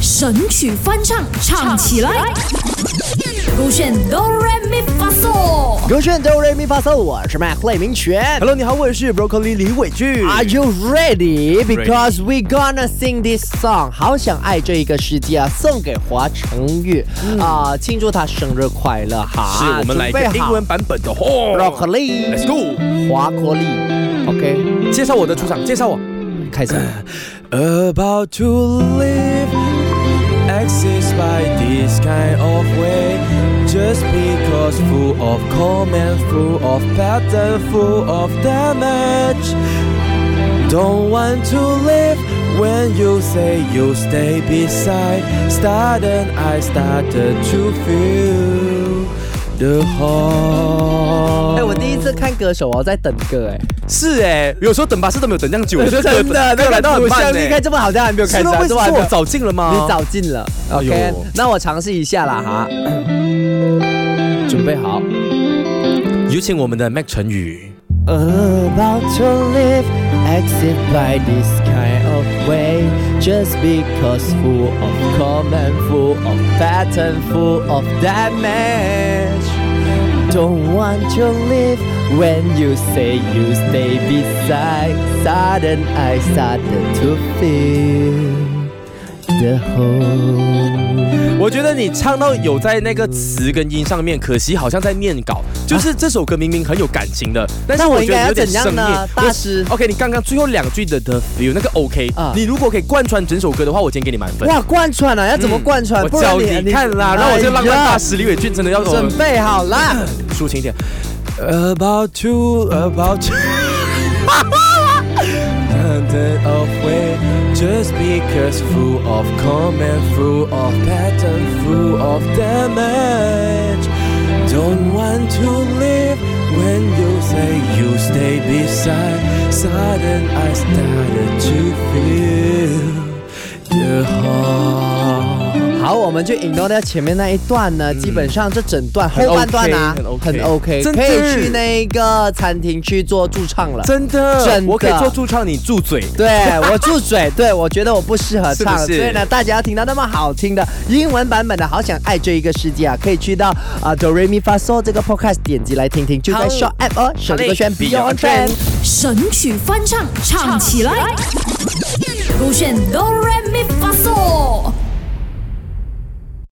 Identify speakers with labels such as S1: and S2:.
S1: 神曲翻唱，唱起来。勾选哆来咪发嗦。
S2: 歌炫哆瑞咪发嗦，我是麦克雷明权。
S3: Hello，你好，我是 Broccoli 李伟俊。
S2: Are you ready? Because we gonna sing this song。好想爱这一个世界啊，送给华晨宇啊，庆祝他生日快乐哈！
S3: 嗯是我们来一个英文版本的哦。Let's
S2: broccoli，
S3: go，
S2: 华国力，OK，
S3: 介绍我的出场，介绍我。
S2: 开 始。
S3: About to leave, exist by this kind of way. Just because full of comment, full of pattern, full of damage. Don't want to live when you say you stay beside. Started, I started to feel the
S2: 哎、
S3: hall.
S2: 我第一次看歌手哦，在等歌 哎、
S3: 是哎、有时候等巴士都没有等这样久，我觉 得
S2: 真的，
S3: 这个来到很
S2: 录
S3: 慢
S2: 像
S3: 哎、
S2: 你看这么好像还没有开
S3: 是
S2: 始、
S3: 吗
S2: 啊，
S3: 为
S2: 这
S3: 什
S2: 么
S3: 么
S2: 还
S3: 是
S2: 没有
S3: 我早进了吗？
S2: 你早进了，OK，
S3: 哎呦
S2: 那我尝试一下啦哈， 准备好。
S3: 有请我们的 Mac 陈宇。
S2: About to live, exit by this kind of way. Just because full of common, full of pattern, full of damage. Don't want to live when you say you stay beside. Sudden, I started to feel the hole.
S3: 我觉得你唱到有在那个词跟音上面，可惜好像在念稿。就是这首歌明明很有感情的，但是
S2: 啊那我
S3: 我觉
S2: 应该
S3: 得
S2: 要
S3: 有点
S2: 怎样
S3: 生
S2: 呢
S3: 硬。
S2: 大
S3: 我
S2: 师
S3: ，OK，你刚刚最后两句的的有那个 OK，、
S2: 啊
S3: 你如果可以贯穿整首歌的话，我今天给你满分。
S2: 哇，贯穿了、啊，要怎么
S3: 嗯
S2: 贯穿？
S3: 我教你看啦，让我这个浪漫大师李伟俊真的要
S2: 哎
S3: 呃
S2: 准备好啦。
S3: 抒情一点。About to, about to. Content of way, just because full of comment, full of pattern, full of damage. Don't want to live when you say you stay beside. Sudden, I started to feel the heart.
S2: 好，我们就引到掉前面那一段呢，基本上这整段后半段啊
S3: 嗯很，OK，很 OK
S2: 很 OK，
S3: 真的
S2: 可以去那个餐厅去做驻唱了。
S3: 真的，
S2: 真的
S3: 我可以做驻唱，你住嘴。
S2: 对我住嘴，对我觉得我不适合唱，
S3: 是不是
S2: 所以呢，大家要听到那么好听的英文版本的《好想爱这一个世界》啊，可以去到啊 Do Re Mi Fa So 这个 podcast 点击来听听，就在
S3: 好
S2: Shop App 哦，手机歌选
S3: 好嘞
S2: Beyond
S3: Beyond
S2: Trend
S3: Trend。
S1: 神曲翻唱，唱起来。勾选哆来咪发嗦。